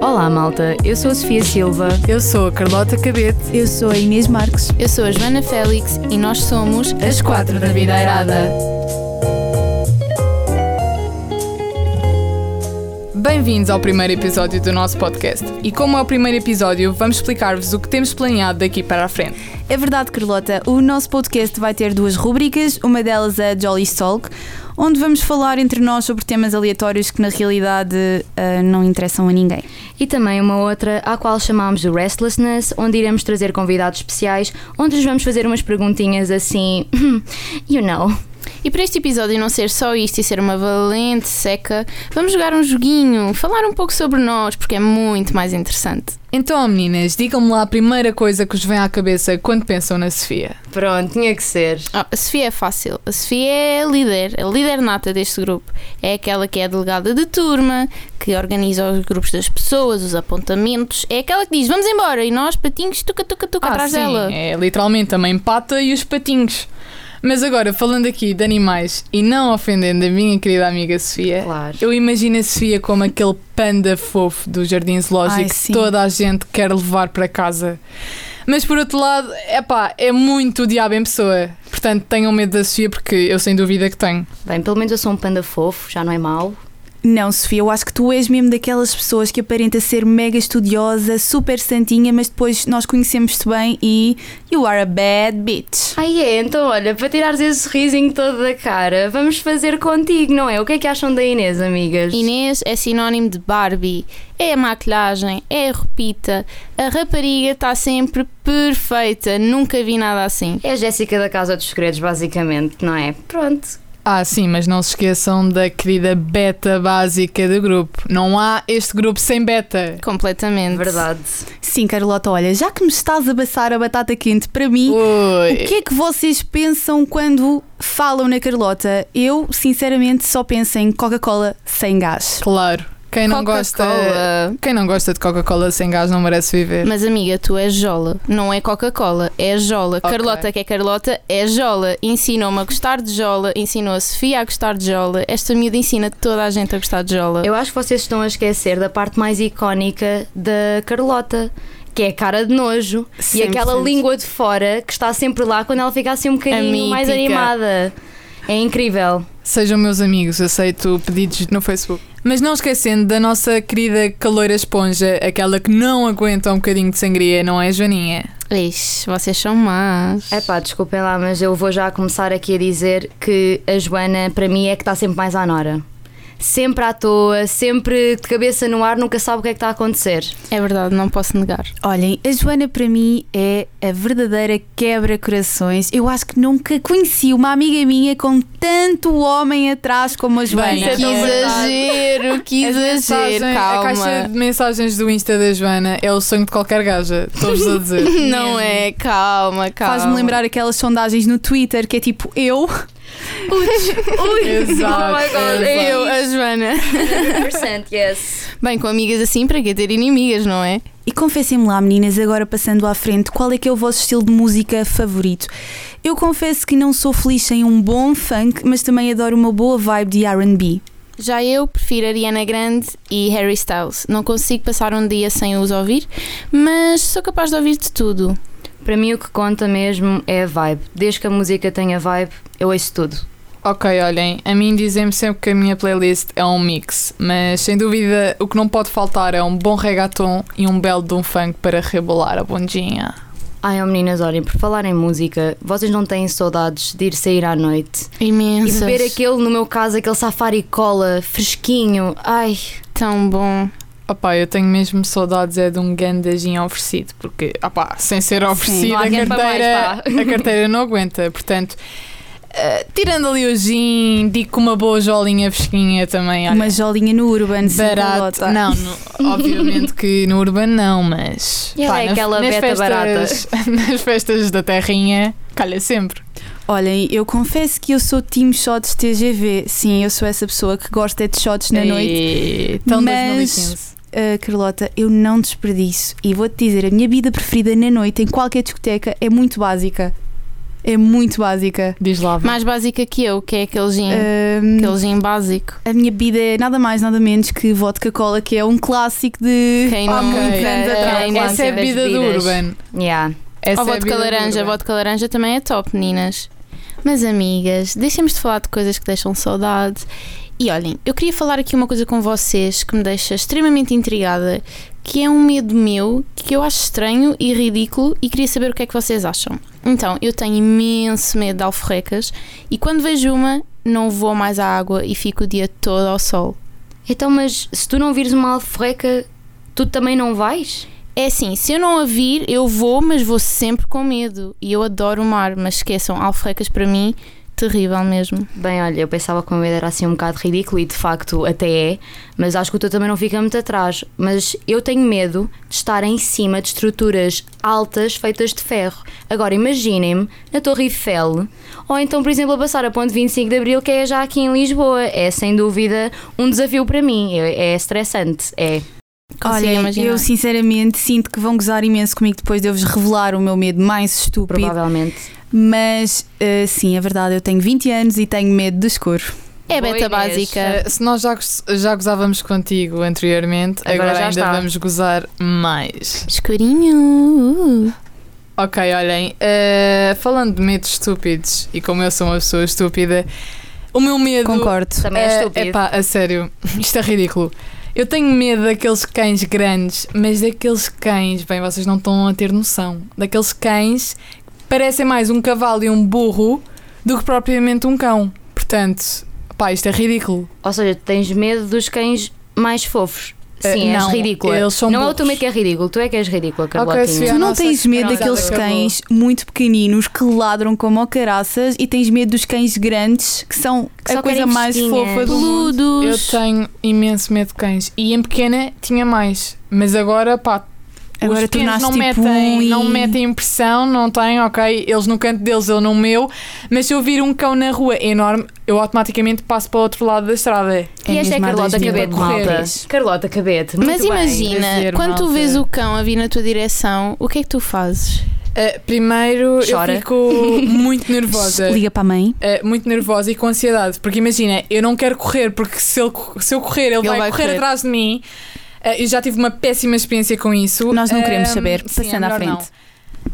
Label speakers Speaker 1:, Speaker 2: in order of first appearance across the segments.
Speaker 1: Olá, malta. Eu sou a Sofia Silva.
Speaker 2: Eu sou a Carlota Cabete.
Speaker 3: Eu sou a Inês Marques.
Speaker 4: Eu sou a Joana Félix e nós somos
Speaker 2: As Quatro da Videirada.
Speaker 5: Bem-vindos ao primeiro episódio do nosso podcast. E como é o primeiro episódio, vamos explicar-vos o que temos planeado daqui para a frente.
Speaker 3: É verdade, Carlota, o nosso podcast vai ter duas rubricas, uma delas a Jolly Talk, onde vamos falar entre nós sobre temas aleatórios que na realidade ah, não interessam a ninguém.
Speaker 1: E também uma outra, à qual chamámos de Restlessness, onde iremos trazer convidados especiais, onde lhes vamos fazer umas perguntinhas assim. You know.
Speaker 4: E para este episódio não ser só isto e ser uma valente seca, vamos jogar um joguinho, falar um pouco sobre nós, porque é muito mais interessante.
Speaker 5: Então, meninas, digam-me lá a primeira coisa que vos vem à cabeça quando pensam na Sofia.
Speaker 2: Pronto, tinha que ser.
Speaker 4: Ah, a Sofia é fácil. A Sofia é a líder, a líder nata deste grupo. É aquela que é a delegada de turma, que organiza os grupos das pessoas, os apontamentos. É aquela que diz: vamos embora! E nós, patinhos, tuca, tuca, tuca atrás
Speaker 5: sim,
Speaker 4: dela.
Speaker 5: é literalmente a mãe pata e os patinhos. Mas agora, falando aqui de animais e não ofendendo a minha querida amiga Sofia,
Speaker 2: Claro.
Speaker 5: eu imagino a Sofia como aquele panda fofo do Jardim Zoológico
Speaker 3: Ai,
Speaker 5: que
Speaker 3: sim.
Speaker 5: toda a gente quer levar para casa. Mas por outro lado, epá, é muito o diabo em pessoa. Portanto, tenham medo da Sofia porque eu sem dúvida que tenho.
Speaker 1: Bem, pelo menos eu sou um panda fofo, já não é mau.
Speaker 3: Não, Sofia, eu acho que tu és mesmo daquelas pessoas que aparenta ser mega estudiosa, super santinha, mas depois nós conhecemos-te bem e you are a bad bitch.
Speaker 1: Ai é, então olha, para tirares esse sorrisinho todo da cara, vamos fazer contigo, não é? O que é que acham da Inês, amigas?
Speaker 4: Inês é sinónimo de Barbie. É a maquilhagem, é a repita. A rapariga está sempre perfeita. Nunca vi nada assim.
Speaker 1: É a Jéssica da Casa dos Segredos, basicamente, não é? Pronto.
Speaker 5: Ah, sim, mas não se esqueçam da querida beta básica do grupo. Não há este grupo sem beta.
Speaker 4: Completamente.
Speaker 1: Verdade.
Speaker 3: Sim, Carlota, olha, já que me estás a baçar a batata quente para mim, O
Speaker 5: Ui.
Speaker 3: que é que vocês pensam quando falam na Carlota? Eu, sinceramente, só penso em Coca-Cola sem gás.
Speaker 5: Claro. Quem não é- gosta,
Speaker 4: Coca-Cola.
Speaker 5: quem não gosta de Coca-Cola sem gás não merece viver.
Speaker 4: Mas amiga, tu és Jola, não é Coca-Cola, é Jola.
Speaker 5: Ok.
Speaker 4: Carlota, que é Carlota, é Jola. Ensinou-me a gostar de Jola, ensinou a Sofia a gostar de Jola. Esta miúda ensina toda a gente a gostar de Jola.
Speaker 1: Eu acho que vocês estão a esquecer da parte mais icónica da Carlota. Que é a cara de nojo e
Speaker 3: 100%.
Speaker 1: aquela língua de fora que está sempre lá quando ela fica assim um bocadinho
Speaker 4: A
Speaker 1: mais
Speaker 4: mítica.
Speaker 1: animada. É incrível.
Speaker 5: Sejam meus amigos, aceito pedidos no Facebook. Mas não esquecendo da nossa querida caloira esponja, aquela que não aguenta um bocadinho de sangria, não é, Joaninha?
Speaker 4: Ixi, vocês são más.
Speaker 1: Epá, desculpem lá, mas eu vou já começar aqui a dizer que a Joana, para mim, é que está sempre mais à nora. Sempre à toa, sempre de cabeça no ar, nunca sabe o que é que está a acontecer.
Speaker 4: É verdade, não posso negar.
Speaker 3: Olhem, a Joana para mim é a verdadeira quebra-corações. Eu acho que nunca conheci uma amiga minha com tanto homem atrás como a Joana.
Speaker 5: Bem,
Speaker 4: Que
Speaker 5: Então,
Speaker 4: é um exagero, que
Speaker 5: As
Speaker 4: exagero,
Speaker 5: mensagens- A é caixa
Speaker 4: calma.
Speaker 5: de mensagens do Insta da Joana é o sonho de qualquer gaja, estou-vos a dizer.
Speaker 4: Não é, calma, calma.
Speaker 3: Faz-me lembrar aquelas sondagens no Twitter que é tipo eu.
Speaker 4: oh
Speaker 5: Exato. exato.
Speaker 4: Eu, a Joana.
Speaker 1: 100%, yes.
Speaker 4: Bem, com amigas assim, para que ter inimigas, não é?
Speaker 3: E confessem-me lá, meninas, agora passando à frente, qual é que é o vosso estilo de música favorito? Eu confesso que não sou feliz sem um bom funk, mas também adoro uma boa vibe de RB.
Speaker 4: Já eu prefiro Ariana Grande e Harry Styles. Não consigo passar um dia sem os ouvir, mas sou capaz de ouvir de tudo.
Speaker 1: Para mim, o que conta mesmo é a vibe. Desde que a música tenha vibe, eu ouço tudo.
Speaker 5: Ok, olhem, a mim dizem-me sempre que a minha playlist é um mix, mas sem dúvida o que não pode faltar é um bom reggaeton e um belo de um funk para rebolar a bundinha.
Speaker 1: Ai, oh meninas, olhem, por falar em música, vocês não têm saudades de ir sair à noite
Speaker 4: Imensas.
Speaker 1: e beber aquele, no meu caso, aquele safari cola fresquinho. Ai,
Speaker 4: Tão bom.
Speaker 5: Opá, eu tenho mesmo saudades é de um gandajinho oferecido, porque, opá, sem ser oferecido
Speaker 4: não há
Speaker 5: a,
Speaker 4: dinheiro para
Speaker 5: carteira, a carteira não aguenta, portanto... eh, tirando ali o gin, digo que uma boa jolinha fresquinha também. É, olha,
Speaker 3: Uma jolinha no Urban, sem
Speaker 5: barato.
Speaker 3: Carlota.
Speaker 5: Não, no- obviamente que no urbano não, mas.
Speaker 1: E ela é
Speaker 5: nas-
Speaker 1: aquela beta
Speaker 5: festas, Nas festas da terrinha, calha sempre.
Speaker 3: Olhem, eu confesso que eu sou time shots TGV. Sim, eu sou essa pessoa que gosta de shots na noite.
Speaker 5: E- Então,
Speaker 3: Mas-
Speaker 5: 2015.
Speaker 3: Ah, Carlota, eu não desperdiço. E vou-te dizer, a minha vida preferida na noite, em qualquer discoteca, é muito básica. É muito básica. Ah,
Speaker 5: Diz lá. Vá.
Speaker 4: Mais básica que eu, que é aquele gin.
Speaker 3: Ahm,
Speaker 4: Aquele gin básico.
Speaker 3: a minha bebida é nada mais, nada menos que vodka cola, que é um clássico de
Speaker 4: Quem
Speaker 3: há
Speaker 4: não-
Speaker 3: muitos
Speaker 5: Ok.
Speaker 3: anos
Speaker 4: Quem
Speaker 3: atrás.
Speaker 4: não-
Speaker 5: Essa é a
Speaker 4: das
Speaker 5: vida do
Speaker 4: bebidas.
Speaker 5: Urban.
Speaker 1: Yeah.
Speaker 5: Essa
Speaker 4: Ou
Speaker 5: é a vida
Speaker 4: vodka
Speaker 5: do
Speaker 4: laranja,
Speaker 5: Urban.
Speaker 4: vodka laranja também é top, meninas. Mas amigas, deixemos de falar de coisas que deixam saudade. E olhem, eu queria falar aqui uma coisa com vocês que me deixa extremamente intrigada, que é um medo meu que eu acho estranho e ridículo e queria saber o que é que vocês acham. Então, eu tenho imenso medo de alforrecas e quando vejo uma, não vou mais à água e fico o dia todo ao sol.
Speaker 1: Então, mas se tu não vires uma alforreca, tu também não vais?
Speaker 4: É assim, se eu não a vir, eu vou, mas vou sempre com medo. E eu adoro o mar, mas esqueçam, alforrecas para mim, terrível mesmo.
Speaker 1: Bem, olha, eu pensava que o meu medo era assim um bocado ridículo e de facto até é, mas acho que o teu também não fica muito atrás. Mas eu tenho medo de estar em cima de estruturas altas feitas de ferro. Agora imaginem-me na Torre Eiffel, ou então, por exemplo, a passar a ponte 25 de Abril, que é já aqui em Lisboa. É sem dúvida um desafio para mim. É, é estressante, é.
Speaker 4: Consigo
Speaker 3: Olha,
Speaker 4: imaginar. É
Speaker 3: eu sinceramente sinto que vão gozar imenso comigo depois de eu vos revelar o meu medo mais estúpido.
Speaker 1: Provavelmente.
Speaker 3: Mas eh, sim, é verdade, eu tenho 20 anos e tenho medo do escuro.
Speaker 4: É
Speaker 1: Boa,
Speaker 4: beta
Speaker 1: Inês.
Speaker 4: básica.
Speaker 5: Eh, se nós já, goz- já gozávamos contigo anteriormente, agora,
Speaker 1: Agora já
Speaker 5: ainda
Speaker 1: está.
Speaker 5: vamos gozar mais.
Speaker 4: Escurinho. uh.
Speaker 5: Ok, olhem, eh, falando de medos estúpidos, e como eu sou uma pessoa estúpida, o meu medo.
Speaker 3: Concordo.
Speaker 1: Também é estúpido.
Speaker 5: Eh, Epá, a sério, isto é ridículo. Eu tenho medo daqueles cães grandes, mas daqueles cães, bem, vocês não estão a ter noção, daqueles cães que parecem mais um cavalo e um burro do que propriamente um cão. Portanto, pá, isto é ridículo.
Speaker 1: Ou seja, tu tens medo dos cães mais fofos.
Speaker 5: Eh,
Speaker 1: Sim, és
Speaker 5: não, um
Speaker 1: ridícula.
Speaker 5: eles são
Speaker 1: não é o
Speaker 5: burros.
Speaker 1: teu medo que é ridículo, tu é que és ridícula, Carlotinha.
Speaker 5: Sofia.
Speaker 3: Tu não
Speaker 5: nossa
Speaker 3: tens medo
Speaker 5: esperança
Speaker 3: daqueles
Speaker 5: acabou.
Speaker 3: cães muito pequeninos que ladram como o caraças e tens medo dos cães grandes que são
Speaker 1: Que só
Speaker 3: a coisa
Speaker 1: querem
Speaker 3: mais
Speaker 1: festinhas.
Speaker 3: fofa do mundo.
Speaker 5: Eu
Speaker 4: Peludos.
Speaker 5: tenho imenso medo de cães. E em pequena tinha mais. Mas agora, pá,
Speaker 3: Agora
Speaker 5: os pequenos
Speaker 3: tornaste
Speaker 5: não,
Speaker 3: tipo
Speaker 5: metem,
Speaker 3: um e...
Speaker 5: não metem impressão, não têm, ok? Eles no canto deles, eu no meu. Mas se eu vir um cão na rua enorme, eu automaticamente passo para o outro lado da estrada.
Speaker 1: E esta é
Speaker 3: mesmo há
Speaker 1: Carlota
Speaker 3: 2000
Speaker 1: Cabete,
Speaker 5: para correr.
Speaker 1: malta. Carlota Cabete, muito
Speaker 4: Mas
Speaker 1: bem.
Speaker 4: imagina,
Speaker 5: Dizer,
Speaker 4: quando tu
Speaker 5: malta.
Speaker 4: vês o cão a vir na tua direção, o que é que tu fazes?
Speaker 5: Uh, primeiro,
Speaker 1: Chora.
Speaker 5: eu fico muito nervosa.
Speaker 3: Liga para a mãe.
Speaker 5: Uh, muito nervosa e com ansiedade. Porque imagina, eu não quero correr, porque se, ele co- se eu correr, ele, vai,
Speaker 4: vai
Speaker 5: correr,
Speaker 4: correr.
Speaker 5: atrás de mim. Uh, eu já tive uma péssima experiência com isso.
Speaker 3: Nós não
Speaker 5: Um,
Speaker 3: queremos saber.
Speaker 5: sim, é
Speaker 3: Passando à
Speaker 5: melhor
Speaker 3: frente.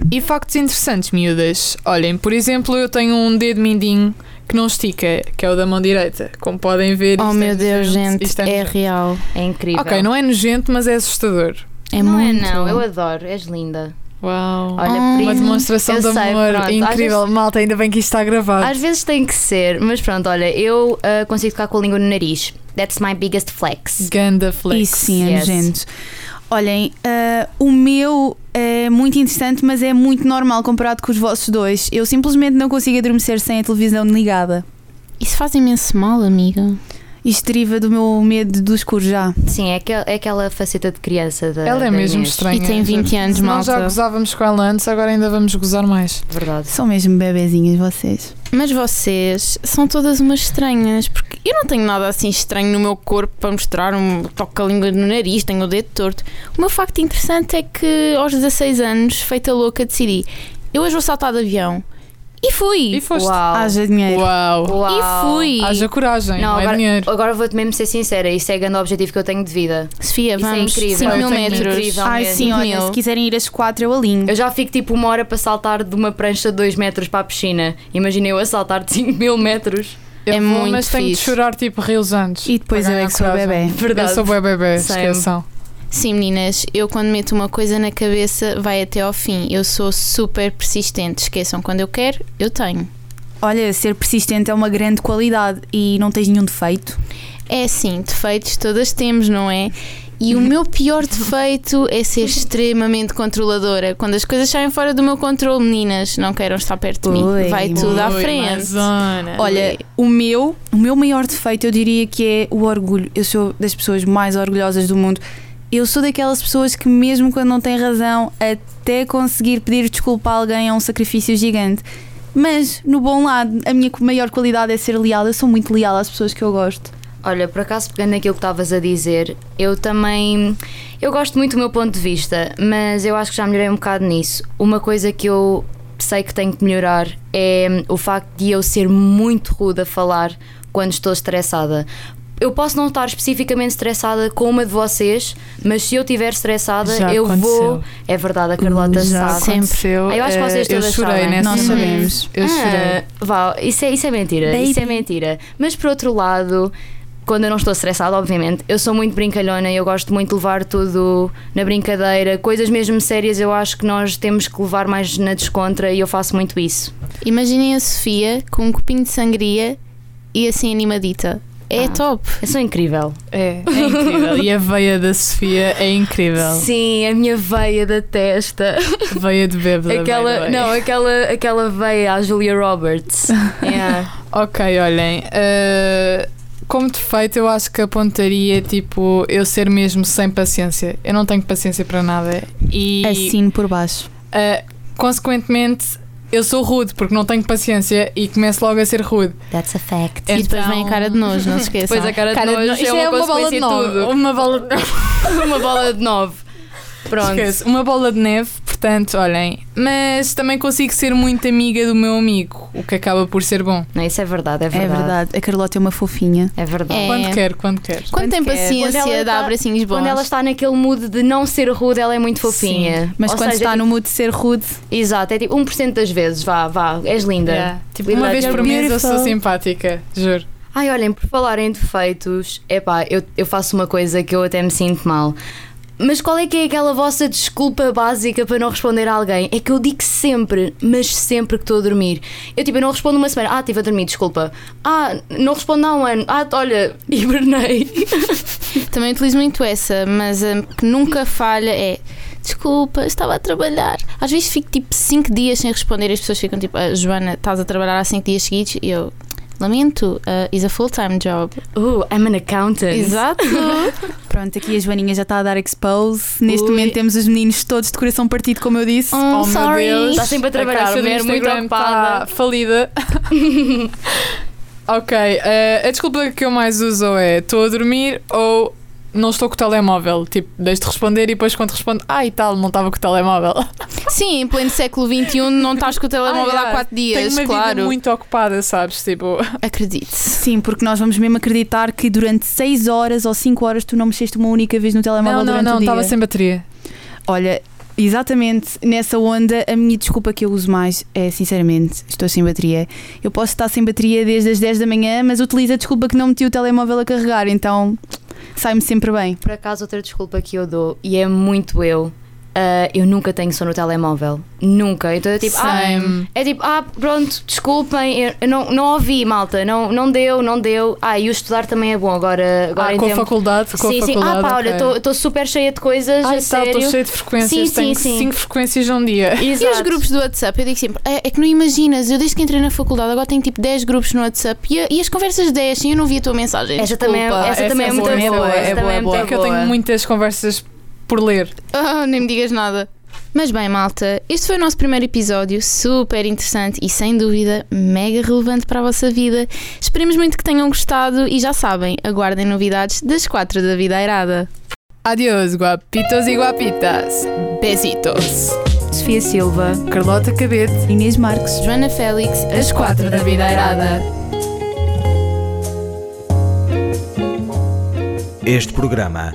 Speaker 5: não. E factos interessantes, miúdas. Olhem, por exemplo, eu tenho um dedo mindinho que não estica, que é o da mão direita. Como podem ver.
Speaker 4: Oh
Speaker 5: isto é
Speaker 4: meu Deus,
Speaker 5: nojento,
Speaker 4: gente,
Speaker 5: isto
Speaker 4: é
Speaker 5: nojento.
Speaker 4: real.
Speaker 1: É incrível.
Speaker 5: Ok, não é nojento, mas é assustador.
Speaker 4: É
Speaker 1: Não
Speaker 4: muito.
Speaker 1: é não, eu adoro, és linda.
Speaker 5: Uau.
Speaker 1: Olha,
Speaker 4: Ah,
Speaker 1: por
Speaker 5: uma
Speaker 1: isso-
Speaker 5: demonstração
Speaker 1: eu
Speaker 5: de
Speaker 1: sei,
Speaker 5: amor
Speaker 1: pronto. Às
Speaker 5: incrível. Malta, ainda bem que isto está gravado.
Speaker 1: Às vezes tem que ser, mas pronto, olha, eu ah, consigo tocar com a língua no nariz. That's my biggest flex.
Speaker 5: Ganda flex.
Speaker 3: Isso sim, é
Speaker 1: Yes.
Speaker 3: nojento. Olhem, ah, o meu é muito interessante, mas é muito normal comparado com os vossos dois. Eu simplesmente não consigo adormecer sem a televisão ligada.
Speaker 4: Isso faz imenso mal, amiga.
Speaker 3: Isto deriva do meu medo do escuro já.
Speaker 1: Sim, é, aquel- é aquela faceta de criança da
Speaker 5: Ela
Speaker 1: da
Speaker 5: é mesmo
Speaker 1: Inês.
Speaker 5: estranha.
Speaker 4: E tem 20 anos,
Speaker 5: Se Nós já
Speaker 4: malta.
Speaker 5: gozávamos com ela antes, agora ainda vamos gozar mais.
Speaker 1: Verdade.
Speaker 3: São mesmo bebezinhas vocês.
Speaker 4: Mas vocês são todas umas estranhas, porque eu não tenho nada assim estranho no meu corpo para mostrar, um toco a língua no nariz, tenho o dedo torto. O meu facto interessante é que aos 16 anos, feita louca, decidi, eu hoje vou saltar de avião. E fui!
Speaker 5: E foste.
Speaker 1: Uau.
Speaker 3: Haja dinheiro.
Speaker 5: Uau.
Speaker 1: Uau.
Speaker 4: E fui!
Speaker 5: Haja coragem, não,
Speaker 1: Não,
Speaker 5: é
Speaker 1: agora,
Speaker 5: dinheiro.
Speaker 1: agora vou-te mesmo ser sincera, isso é o grande objetivo que eu tenho de vida.
Speaker 4: Sofia,
Speaker 1: Isso é
Speaker 4: vamos,
Speaker 1: incrível.
Speaker 4: 5
Speaker 5: Eu
Speaker 4: mil
Speaker 5: tenho medo.
Speaker 4: metros.
Speaker 1: Incrível.
Speaker 3: Ai
Speaker 1: mesmo.
Speaker 3: sim, olha,
Speaker 4: Mil.
Speaker 3: se quiserem ir às quatro eu alinho.
Speaker 1: Eu já fico tipo uma hora para saltar de uma prancha de 2 metros para a piscina. Imagina eu a saltar de 5 mil metros.
Speaker 5: Eu
Speaker 4: é
Speaker 5: vou,
Speaker 4: muito
Speaker 5: mas tenho de
Speaker 4: fixe.
Speaker 5: chorar tipo rios antes.
Speaker 3: E depois
Speaker 5: Para
Speaker 3: eu é
Speaker 5: ganhar
Speaker 3: que sou a
Speaker 5: coragem.
Speaker 3: bebê.
Speaker 1: Verdade.
Speaker 5: Eu sou bué bebê,
Speaker 1: Same.
Speaker 5: esqueçam.
Speaker 4: Sim, meninas, eu quando meto uma coisa na cabeça vai até ao fim. Eu sou super persistente. Esqueçam, quando eu quero, eu tenho.
Speaker 3: Olha, ser persistente é uma grande qualidade e não tens nenhum defeito.
Speaker 4: É assim, defeitos todas temos, não é? E o meu pior defeito é ser extremamente controladora. Quando as coisas saem fora do meu controle, meninas, não queiram estar perto de
Speaker 3: Ui,
Speaker 4: mim. Vai tudo à
Speaker 5: Ui,
Speaker 4: frente.
Speaker 5: maisona.
Speaker 3: Olha, o meu, o meu maior defeito eu diria que é o orgulho. Eu sou das pessoas mais orgulhosas do mundo. Eu sou daquelas pessoas que mesmo quando não têm razão, até conseguir pedir desculpa a alguém é um sacrifício gigante. Mas, no bom lado, a minha maior qualidade é ser leal. Eu sou muito leal às pessoas que eu gosto.
Speaker 1: Olha, por acaso pegando naquilo que estavas a dizer, eu também. Eu gosto muito do meu ponto de vista, mas eu acho que já melhorei um bocado nisso. Uma coisa que eu sei que tenho que melhorar é o facto de eu ser muito rude a falar quando estou estressada. Eu posso não estar especificamente estressada com uma de vocês, mas se eu estiver estressada,
Speaker 5: Já
Speaker 1: eu vou.
Speaker 5: aconteceu.
Speaker 1: É verdade, a Carlota sabe.
Speaker 4: Sempre.
Speaker 5: aconteceu.
Speaker 1: Ah, Eu acho que
Speaker 5: eh,
Speaker 1: vocês
Speaker 5: Eu
Speaker 1: todas
Speaker 5: chorei
Speaker 1: sabem.
Speaker 5: nessa
Speaker 3: Nós
Speaker 5: noite.
Speaker 3: sabemos.
Speaker 5: Eu chorei.
Speaker 1: Ah, Vá, isso é, isso é mentira, isso é mentira. Mas por outro lado, quando eu não estou estressada, obviamente, eu sou muito brincalhona e eu gosto muito de levar tudo na brincadeira. Coisas mesmo sérias eu acho que nós temos que levar mais na descontra e eu faço muito isso.
Speaker 4: Imaginem a Sofia com um copinho de sangria e assim animadita. É
Speaker 1: Ah.
Speaker 4: top.
Speaker 1: Eu sou incrível.
Speaker 5: É, é incrível. e a veia da Sofia é incrível.
Speaker 1: Sim, a minha veia da testa.
Speaker 5: Veia de bêbada. by the
Speaker 1: Aquela,
Speaker 5: way.
Speaker 1: não, aquela, aquela veia à Julia Roberts. Yeah.
Speaker 5: Ok, olhem. eh, como defeito, eu acho que apontaria tipo eu ser mesmo sem paciência. Eu não tenho paciência para nada. E
Speaker 3: Assino Assim, por baixo.
Speaker 5: eh, consequentemente eu sou rude porque não tenho paciência e começo logo a ser rude. Então,
Speaker 1: That's a fact.
Speaker 4: E depois vem a cara de nojo, não se esqueçam.
Speaker 1: Depois a cara de nojo
Speaker 5: Isto
Speaker 1: é uma,
Speaker 5: bola
Speaker 1: consequência
Speaker 5: de
Speaker 1: em
Speaker 5: nove. Uma bola de
Speaker 1: tudo. uma bola de nove. Pronto.
Speaker 5: Esquece, uma bola de neve, portanto, olhem. Mas também consigo ser muito amiga do meu amigo, o que acaba por ser bom.
Speaker 1: Não, isso é verdade, é
Speaker 3: É
Speaker 1: verdade.
Speaker 3: verdade. A Carlota é uma fofinha.
Speaker 1: É verdade.
Speaker 4: É.
Speaker 5: Quando quer, quando quer.
Speaker 4: Quando tem
Speaker 3: Quando quer.
Speaker 4: paciência,
Speaker 1: Quando ela
Speaker 4: dá
Speaker 1: tá-
Speaker 4: abracinhos bons.
Speaker 1: Quando ela está naquele mood de não ser rude, ela é muito fofinha.
Speaker 3: Mas
Speaker 1: Ou
Speaker 3: quando
Speaker 1: seja,
Speaker 3: está no mood de ser rude,
Speaker 1: Exato, é tipo 1% das vezes, vá, vá, és linda.
Speaker 5: Yeah. Tipo,
Speaker 1: Linda,
Speaker 5: uma vez
Speaker 1: you're
Speaker 5: por mês eu sou
Speaker 1: beautiful.
Speaker 5: simpática, juro.
Speaker 1: Ai, olhem, por falar em defeitos, epá, eu, eu faço uma coisa que eu até me sinto mal. Mas qual é que é aquela vossa desculpa básica para não responder a alguém? É que eu digo sempre, mas sempre que estou a dormir. Eu tipo, eu não respondo uma semana. Ah, estive a dormir, desculpa. Ah, não respondo há um ano. Ah, olha, hibernei.
Speaker 4: Também utilizo muito essa, mas a que nunca falha é. Desculpa, estava a trabalhar. Às vezes fico tipo 5 dias sem responder e as pessoas ficam tipo, "Ah, Joana, estás a trabalhar há 5 dias seguidos e eu. Lamento, ah, is a full-time job.
Speaker 1: Uh, I'm an
Speaker 5: É
Speaker 1: accountant.
Speaker 4: Exato.
Speaker 5: Oh,
Speaker 3: pronto, aqui a Joaninha já está a dar expose. Neste
Speaker 1: Ui.
Speaker 3: momento temos os meninos todos de coração partido, como eu disse.
Speaker 4: Um,
Speaker 5: oh
Speaker 4: sorry.
Speaker 5: meu Deus,
Speaker 1: Está sempre a trabalhar,
Speaker 5: caixa do
Speaker 1: mulher muito
Speaker 5: Instagram
Speaker 1: ocupada.
Speaker 5: Está falida. ok, eh, a desculpa que eu mais uso é estou a dormir ou não estou com o telemóvel. Tipo, deixo de responder e depois quando respondo, ai tal, não estava com o telemóvel.
Speaker 4: Sim, em pleno século XXI não estás com o telemóvel
Speaker 5: Ai, ai,
Speaker 4: há 4
Speaker 5: Tenho
Speaker 4: dias,
Speaker 5: uma vida
Speaker 4: claro.
Speaker 5: muito ocupada, sabes? Tipo,
Speaker 4: Acredite.
Speaker 3: Sim, porque nós vamos mesmo acreditar que durante 6 horas ou 5 horas tu não mexeste uma única vez no telemóvel
Speaker 5: não, não,
Speaker 3: durante o
Speaker 5: não,
Speaker 3: dia.
Speaker 5: estava sem bateria.
Speaker 3: Olha, exatamente nessa onda, a minha desculpa que eu uso mais é, sinceramente, estou sem bateria. Eu posso estar sem bateria desde as 10 da manhã, mas utilizo a desculpa que não meti o telemóvel a carregar, então sai-me sempre bem.
Speaker 1: Por acaso, outra desculpa que eu dou, e é muito eu, ah, eu nunca tenho som no telemóvel. Nunca. Então eu tipo, ah,
Speaker 5: Same.
Speaker 1: é tipo, ah, pronto, desculpem, eu não, não ouvi, malta, não, não deu, não deu. Ah, e o estudar também é bom agora, agora
Speaker 5: Ah,
Speaker 1: em
Speaker 5: com a
Speaker 1: tempo.
Speaker 5: faculdade, com
Speaker 1: Sim,
Speaker 5: a
Speaker 1: sim,
Speaker 5: faculdade.
Speaker 1: ah pá, olha,
Speaker 5: ok.
Speaker 1: estou super cheia de coisas,
Speaker 5: Ai, tá,
Speaker 1: a
Speaker 5: tal,
Speaker 1: sério.
Speaker 5: estou cheio de frequências,
Speaker 1: Sim, sim,
Speaker 5: tenho
Speaker 1: sim.
Speaker 5: cinco frequências num dia.
Speaker 4: E os
Speaker 1: Exato.
Speaker 4: grupos do WhatsApp? Eu digo sempre, é, é que não imaginas, eu desde que entrei na faculdade agora tenho tipo 10 grupos no WhatsApp e, e as conversas descem e eu não vi a tua mensagem.
Speaker 1: Essa
Speaker 4: Desculpa.
Speaker 1: também, é- essa
Speaker 5: essa
Speaker 1: também é,
Speaker 5: é
Speaker 1: muito
Speaker 5: boa, é
Speaker 1: boa,
Speaker 5: boa,
Speaker 1: essa
Speaker 5: é
Speaker 1: também
Speaker 5: boa,
Speaker 1: é
Speaker 5: é
Speaker 1: muito
Speaker 5: boa. que eu
Speaker 1: boa.
Speaker 5: tenho muitas conversas por ler.
Speaker 4: Ah, nem me digas nada. Mas bem, malta, este foi o nosso primeiro episódio, super interessante e sem dúvida mega relevante para a vossa vida. Esperemos muito que tenham gostado e já sabem, aguardem novidades das quatro da vida airada.
Speaker 5: Adiós, guapitos e guapitas. Besitos.
Speaker 1: Sofia Silva.
Speaker 2: Carlota Cabete.
Speaker 3: Inês Marques.
Speaker 4: Joana Félix,
Speaker 2: As quatro da vida airada.
Speaker 6: Este programa